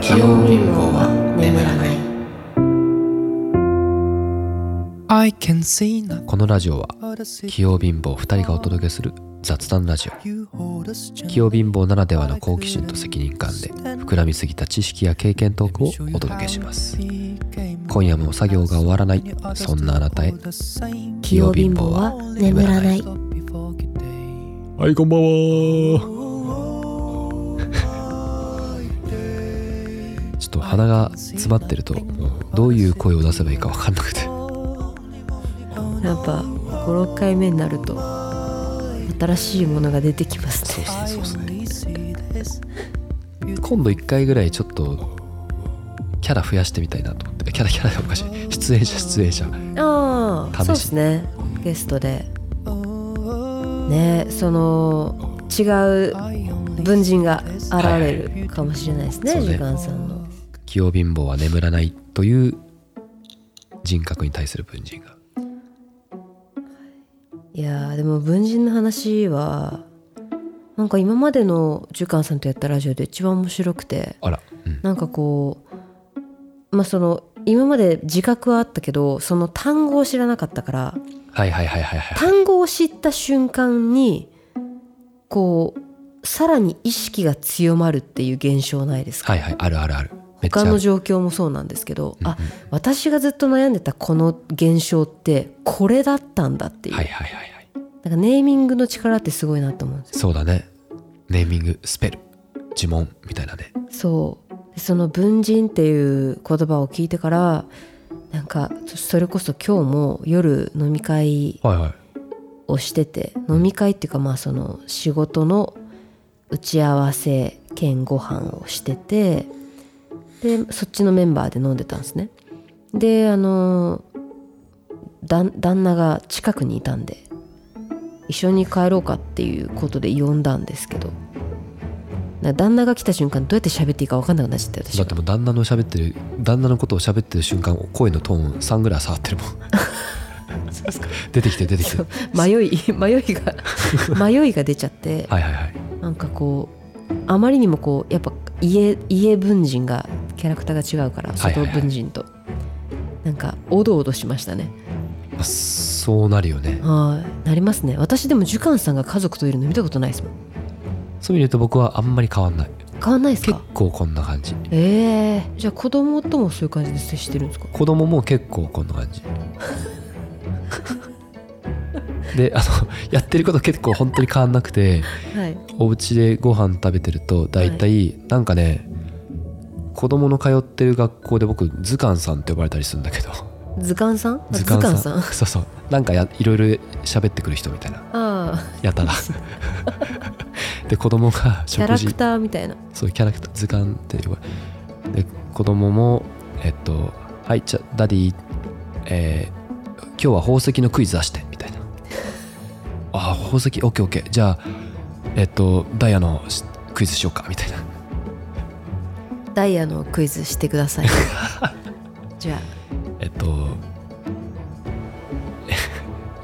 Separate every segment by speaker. Speaker 1: シオン連合は眠らない
Speaker 2: I can see now
Speaker 3: このラジオは器用貧乏2人がお届けする雑談ラジオ器用貧乏ならではの好奇心と責任感で膨らみすぎた知識や経験トークをお届けします今夜も作業が終わらないそんなあなたへ
Speaker 1: 器用貧乏は眠らない
Speaker 3: はいこんばんは ちょっと鼻が詰まってるとどういう声を出せばいいか分かんなくて
Speaker 4: やっぱ56回目になると新しいものが出てきますね
Speaker 3: そうですねそうですね今度1回ぐらいちょっとキャラ増やしてみたいなと思ってキャラキャラがおかしい出演者出演者
Speaker 4: あ
Speaker 3: 試
Speaker 4: あ
Speaker 3: し
Speaker 4: そうですねゲストでねその違う文人が現れるかもしれないですね、
Speaker 3: そうね
Speaker 4: 時間さんの
Speaker 3: 器用貧乏は眠らないという人格に対する文人が
Speaker 4: いやーでも文人の話はなんか今までの時間さんとやったラジオで一番面白くて
Speaker 3: あら、うん、
Speaker 4: なんかこうまあその今まで自覚はあったけどその単語を知らなかったから
Speaker 3: はいはいはいはいはい
Speaker 4: 単語を知った瞬間にこうさらに意識が強まるっていう現象ないですか、
Speaker 3: はいはいあるあるあるめっちゃ
Speaker 4: 他
Speaker 3: あ
Speaker 4: の
Speaker 3: る
Speaker 4: 状況もそうなんですけど、あ私がずっと悩んでたこの現象ってこれだったんだっていう、
Speaker 3: はいはいはいはい
Speaker 4: なんかネーミングの力ってすごいなと思うんですよ
Speaker 3: そうだねネーミングスペル呪文みたいなね
Speaker 4: そうその文人っていう言葉を聞いてからなんかそれこそ今日も夜飲み会
Speaker 3: はいはい
Speaker 4: をしてて飲み会っていうかまあその仕事の打ち合わせ兼ご飯をしててでそっちのメンバーで飲んでたんですねであのだ旦那が近くにいたんで一緒に帰ろうかっていうことで呼んだんですけどな旦那が来た瞬間どうやって喋っていいか分かんなくなっちゃって私
Speaker 3: だ
Speaker 4: が
Speaker 3: ってもう旦那の喋ってる旦那のことを喋ってる瞬間声のトーン3ぐらい触ってるもん 出てきて出てきて
Speaker 4: そう 迷い迷い が迷いが出ちゃって
Speaker 3: はいはいはい
Speaker 4: なんかこうあまりにもこうやっぱ家家文人がキャラクターが違うから
Speaker 3: はいはい
Speaker 4: 外
Speaker 3: はい
Speaker 4: 文人と、なんかおどおどしましたね
Speaker 3: まあそうなるよね
Speaker 4: はいなりますね私でもジュカンさんが家族といるの見たことないですもん
Speaker 3: そういう意味で言うと僕はあんまり変わんない
Speaker 4: 変わんないです
Speaker 3: 結
Speaker 4: か
Speaker 3: 構こんな感じ
Speaker 4: ええじゃあ子供ともそういう感じで接してるんですか
Speaker 3: 子供も結構こんな感 じであのやってること結構本当に変わんなくて
Speaker 4: はい
Speaker 3: お家でご飯食べてると大体なんかね、子供の通ってる学校で僕図鑑さんって呼ばれたりするんだけど
Speaker 4: 図鑑さんあ
Speaker 3: 図鑑さ
Speaker 4: 図鑑さ
Speaker 3: ん
Speaker 4: ん
Speaker 3: そうそうなんかやいろいろ喋ってくる人みたいな
Speaker 4: ああ
Speaker 3: や たらで子供が
Speaker 4: キ
Speaker 3: 食
Speaker 4: ャラク
Speaker 3: 事
Speaker 4: ターみたいな
Speaker 3: そうキャラクター図鑑って呼ばれで子供もえっと「はいじゃダディえー今日は宝石のクイズ出して」みたいな「ああ宝石オッケーオッケーじゃあえっとダイヤのしクイズしようか」みたいな
Speaker 4: ダイヤのクイズしてくだ さいじゃあ
Speaker 3: えっと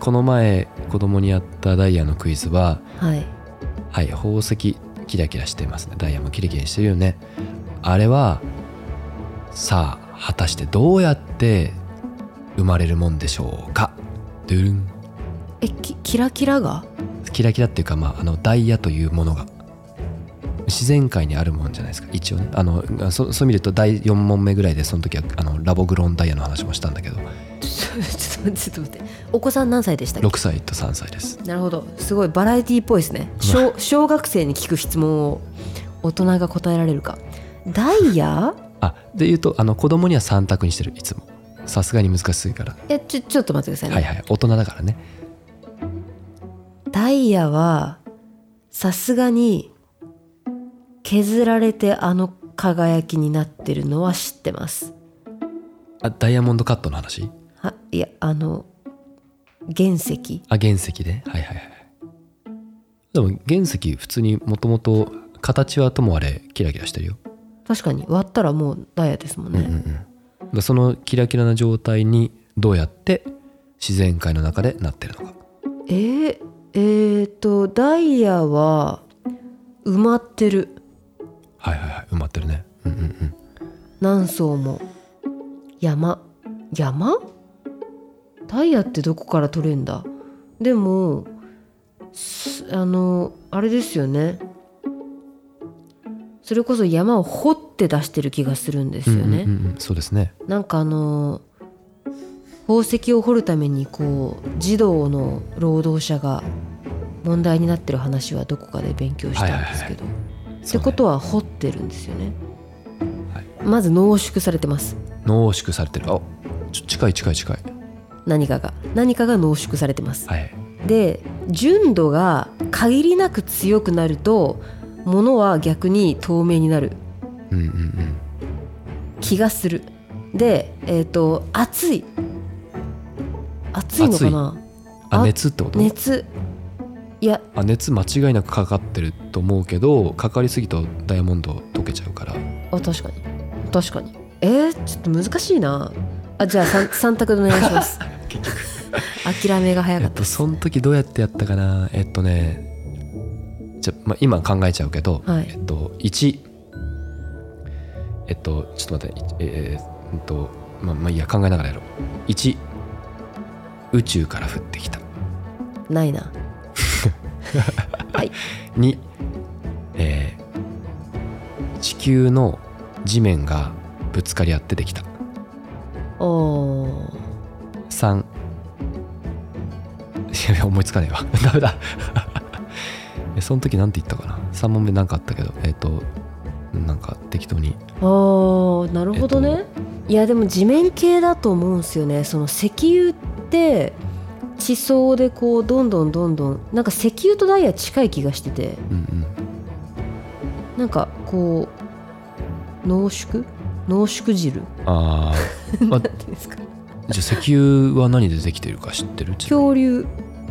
Speaker 3: この前子供にやったダイヤのクイズは
Speaker 4: はい
Speaker 3: はい宝石キラキラしてますねダイヤもキラキラしてるよねあれはさあ果たしてどうやって生まれるもんでしょうかドゥルン
Speaker 4: えきキラキラが
Speaker 3: キラキラっていうか、まあ、あのダイヤというものが自然界にあるもんじゃないですか一応ねあのそそう見ると第4問目ぐらいでその時はあのラボグロンダイヤの話もしたんだけど
Speaker 4: ちょちょっと待ってちょっと待ってお子さん何歳でしたっけ
Speaker 3: 6歳と3歳です
Speaker 4: なるほどすごいバラエティっぽいですね小小学生に聞く質問を大人が答えられるかダイヤ
Speaker 3: あで言うとあの子供には3択にしてるいつもさすがに難しいから
Speaker 4: えちょちょっと待ってください
Speaker 3: は
Speaker 4: ね、
Speaker 3: いはい大人だからね
Speaker 4: ダイヤはさすがに削られてあの輝きになってるのは知ってます
Speaker 3: あダイヤモンドカットの話
Speaker 4: はいやあの原石
Speaker 3: あ原石ではいはいはいでも原石普通にもともと形はともあれキラキラしてるよ、
Speaker 4: 確かに割ったらもうダイヤですもんね、
Speaker 3: うんうん、だからそのキラキラな状態にどうやって自然界の中でなってるのか
Speaker 4: えー、えー、とダイヤは埋まってる
Speaker 3: はいはいはい埋まってるねうんうんうん
Speaker 4: 何層も山山ダイヤってどこから取れんだでもすあのあれですよねそれこそ山を掘って出してる気がするんですよね、
Speaker 3: うんうんうんうん、そうですね。
Speaker 4: なんかあの宝石を掘るためにこう児童の労働者が問題になってる話はどこかで勉強したんですけど、ってこと
Speaker 3: は
Speaker 4: は掘ってるんですよね、
Speaker 3: はい
Speaker 4: まず濃縮されてます
Speaker 3: 濃縮されてる。あ、ちょ近い近い近い。
Speaker 4: 何かが何かが濃縮されてます、
Speaker 3: はい。
Speaker 4: で純度が限りなく強くなると物は逆に透明になる
Speaker 3: うんうんうん。
Speaker 4: 気がするでえっ、と熱い熱いのかな
Speaker 3: あ、
Speaker 4: あ
Speaker 3: 熱ってこと？
Speaker 4: 熱いや
Speaker 3: あ、熱間違いなくかかってると思うけど、かかりすぎとダイヤモンド溶けちゃうから。
Speaker 4: あ確かに確かにえー、ちょっと難しいなあじゃあ 三三択でお願いし ます諦めが早
Speaker 3: え
Speaker 4: か
Speaker 3: っ
Speaker 4: った
Speaker 3: と
Speaker 4: です
Speaker 3: その時どうやってやったかな。えっとね、じゃまあ今考えちゃうけど、
Speaker 4: はい
Speaker 3: えっと一えっとちょっと待って、いえーえっとまあまあいいや考えながらやろう。一宇宙から降ってきた。
Speaker 4: ないな
Speaker 3: 2、えー地球の地面がぶつかり合ってできた
Speaker 4: おー
Speaker 3: 3いや思いつかねえわ ダメだえその時なんて言ったかな3問目なんかあったけどえっ、となんか適当に
Speaker 4: あーなるほどね、いやでも地面系だと思うんですよねその石油って地層でこうどんどんどんどんなんか石油とダイヤ近い気がしてて
Speaker 3: うん
Speaker 4: なんかこう濃縮濃縮汁
Speaker 3: うんあー、 まあ
Speaker 4: ですか
Speaker 3: じゃあ石油は何でできてるか知ってる
Speaker 4: 恐竜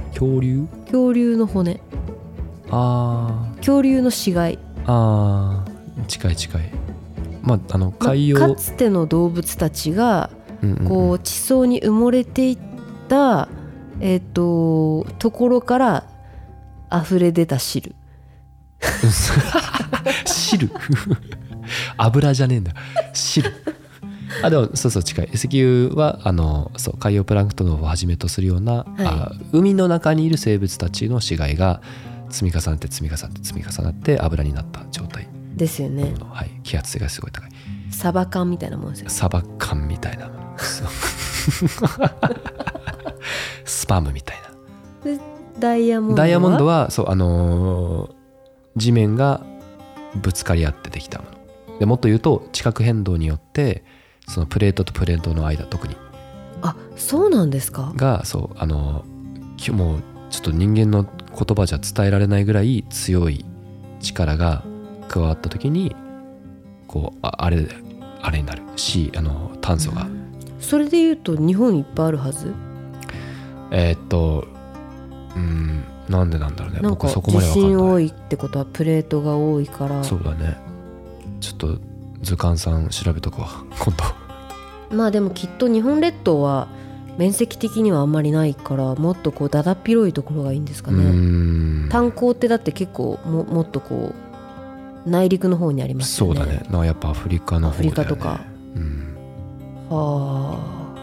Speaker 3: 恐竜
Speaker 4: 恐竜の骨
Speaker 3: あ
Speaker 4: 恐竜の死骸
Speaker 3: ーあー近い近いまああの
Speaker 4: ま
Speaker 3: 海洋、
Speaker 4: かつての動物たちが
Speaker 3: うんうんうん
Speaker 4: こう地層に埋もれていった、えっとところから溢れ出た汁
Speaker 3: 汁油じゃねえんだ汁あでもそうそう近い石油はあのそう海洋プランクトンをはじめとするような、あ海の中にいる生物たちの死骸が積み重なって積み重なって積み重なって油になった状態
Speaker 4: ですよね
Speaker 3: の、はい、気圧がすごい高い
Speaker 4: サバ缶みたいなもんですよ
Speaker 3: サバ缶みたいなものそうスパムみたいな
Speaker 4: でダイヤモンドは
Speaker 3: ダイヤモンドはそうあのー地面がぶつかり合ってできたものでもっと言うと地殻変動によってそのプレートとプレートの間特に
Speaker 4: あそうなんですか
Speaker 3: がそうあのーきもうちょっと人間の言葉じゃ伝えられないぐらい強い力が加わった時にこうああれあれになるしあの炭素が、
Speaker 4: それで言うと日本いっぱいあるはず
Speaker 3: えーっとうんなんでなんだろうね
Speaker 4: なん
Speaker 3: 僕
Speaker 4: か
Speaker 3: そこま
Speaker 4: 地
Speaker 3: でわかん
Speaker 4: 震
Speaker 3: ない。
Speaker 4: 多いってことはプレートが多いから
Speaker 3: そうだねちょっと図鑑さん調べとくわ 今度
Speaker 4: まあでもきっと日本列島は面積的にはあんまりないからもっとこうだだっ広いところがいいんですか
Speaker 3: うー
Speaker 4: ね、
Speaker 3: ん
Speaker 4: 炭鉱ってだって結構ももっとこう内陸の方にあります
Speaker 3: そ
Speaker 4: よ
Speaker 3: う
Speaker 4: ね
Speaker 3: だねなんかやっぱアフリカの
Speaker 4: ア
Speaker 3: 方
Speaker 4: フ
Speaker 3: だよ、ね、
Speaker 4: リカとか
Speaker 3: うん
Speaker 4: は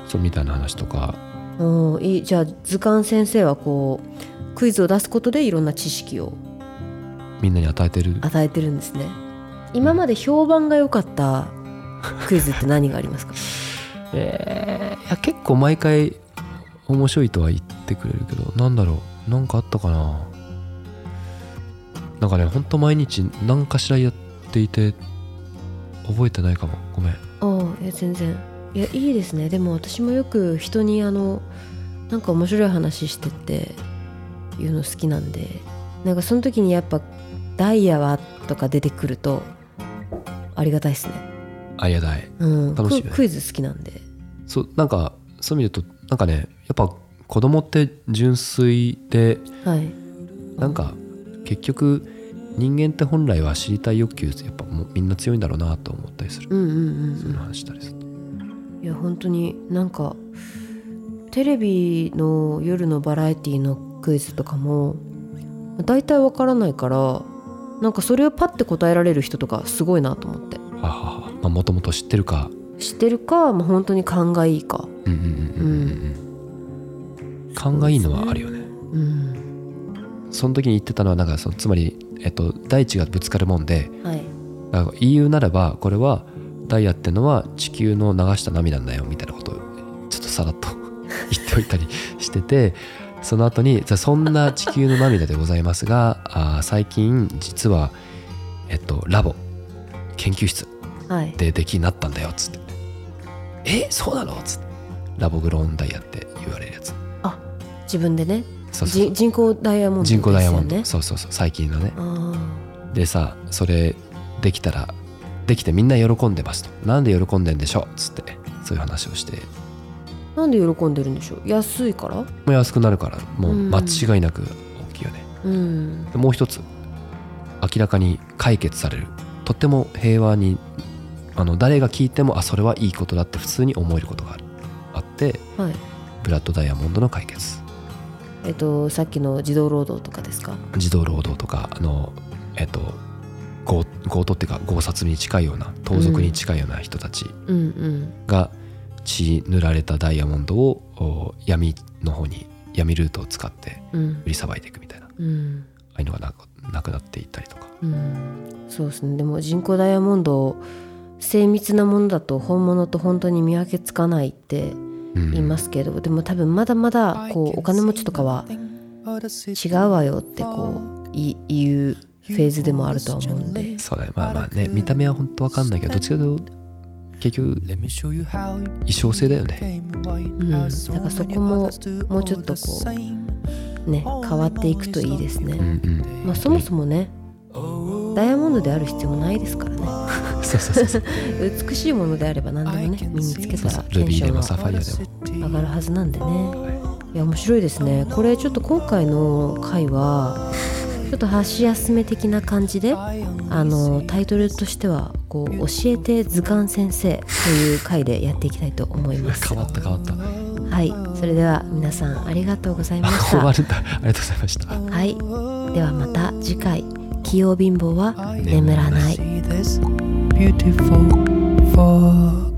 Speaker 3: そうみたいな話とか
Speaker 4: あうんいいじゃあ図鑑先生はこうクイズを出すことでいろんな知識を
Speaker 3: みんなに与えてる
Speaker 4: 与えてるんですね今まで評判が良かったクイズって何がありますか
Speaker 3: えーいや結構毎回面白いとは言ってくれるけどなんだろうなんかあったかななんかねほんと毎日何かしらやっていて覚えてないかもごめん
Speaker 4: ああいや全然いやいいですねでも私もよく人にあのなんか面白い話してっていうの好きなんでなんかその時にやっぱ「ダイヤは?」とか出てくるとありがたいですね
Speaker 3: ありがたい
Speaker 4: うん、
Speaker 3: 楽しいよね
Speaker 4: ククイズ好きなんで
Speaker 3: そうなんかそういう意味で言うとなんかねやっぱ子供って純粋で
Speaker 4: はい
Speaker 3: なんか結局人間って本来は知りたい欲求ってやっぱもうみんな強いんだろうなと思ったりする、
Speaker 4: うんうん
Speaker 3: そ
Speaker 4: うん
Speaker 3: の話したりすると
Speaker 4: うんいや本当になんかテレビの夜のバラエティのクイズとかも大体わからないからなんかそれをパッて答えられる人とかすごいなと思って
Speaker 3: はあはあはああもともと知ってるか
Speaker 4: 知ってるか、まあ、本当に勘がいいか
Speaker 3: うんうんうんうんうんうん勘がいいのはあるよね
Speaker 4: うん
Speaker 3: その時に言ってたのはなんかそのつまり、えっと、大地がぶつかるもんで
Speaker 4: はい
Speaker 3: だから言うならばこれはダイヤってのは地球の流した涙なんだよみたいなことをちょっとさらっと 言っておいたりしててその後にじゃあそんな地球の涙でございますがあー最近実は、えっと、ラボ研究室
Speaker 4: はい
Speaker 3: でできになったんだよっつって「えそうなの?」っつってラボグローンダイヤって言われるやつ
Speaker 4: 自分でね
Speaker 3: そうそう
Speaker 4: じ人工ダイヤモンドですよ
Speaker 3: 人工
Speaker 4: ね
Speaker 3: ダイヤモンド、そうそうそう最近のね
Speaker 4: あ
Speaker 3: でさそれできたらできてみんな喜んでますとなんで喜んでんでしょうっつってそういう話をして
Speaker 4: ーなんで喜んでるんでしょう安いから
Speaker 3: もう安くなるからもう
Speaker 4: うん
Speaker 3: 間違いなく大きいよね、
Speaker 4: うん
Speaker 3: でもう一つ明らかに解決されるとっても平和にあの誰が聞いてもあそれはいいことだって普通に思えることがあるあって
Speaker 4: はい
Speaker 3: ブラッドダイヤモンドの解決
Speaker 4: えっとさっきの児童労働とかですか
Speaker 3: 児童労働とかあのえっと強強盗っていうか強殺に近いような盗賊に近いような人たち
Speaker 4: うんうん
Speaker 3: が血塗られたダイヤモンドをお闇の方に闇ルートを使って
Speaker 4: うん
Speaker 3: 売りさばいていくみたいなあ
Speaker 4: うん
Speaker 3: あいうのがなくなくなっていったりとか
Speaker 4: うんそうですねでも人工ダイヤモンドを精密なものだと本物と本当に見分けつかないって
Speaker 3: うん
Speaker 4: 言いますけれど、でも多分まだまだこうお金持ちとかは違うわよってこうい言うフェーズでもあるとは思うんで
Speaker 3: そうだねまあまあね見た目は本当わかんないけどどっちかというと結局
Speaker 2: 衣
Speaker 3: 衣装性だよね
Speaker 2: うん
Speaker 4: だからそこももうちょっとこうね変わっていくといいです
Speaker 3: うんう
Speaker 4: ね、
Speaker 3: ん
Speaker 4: まあ、そもそもねダイヤモンドである必要もないですからね
Speaker 3: そうそうそうそう
Speaker 4: 美しいものであれば何でもね身につけたらテ
Speaker 3: ル
Speaker 4: ン
Speaker 3: ビー
Speaker 4: シ
Speaker 3: で
Speaker 4: ョン
Speaker 3: も
Speaker 4: は
Speaker 3: サファリアでも
Speaker 4: 上がるはずなんでねいや面白いですねこれちょっと今回の回はちょっと箸休め的な感じであのタイトルとしてはこう「教えて図鑑先生」という回でやっていきたいと思います
Speaker 3: 変わった変わった
Speaker 4: はいそれでは皆さんありがとうございまし
Speaker 3: 終わ
Speaker 4: た
Speaker 3: るんだありがとうございました
Speaker 4: はいではまた次回器用貧乏は眠らない
Speaker 2: See this beautiful fog.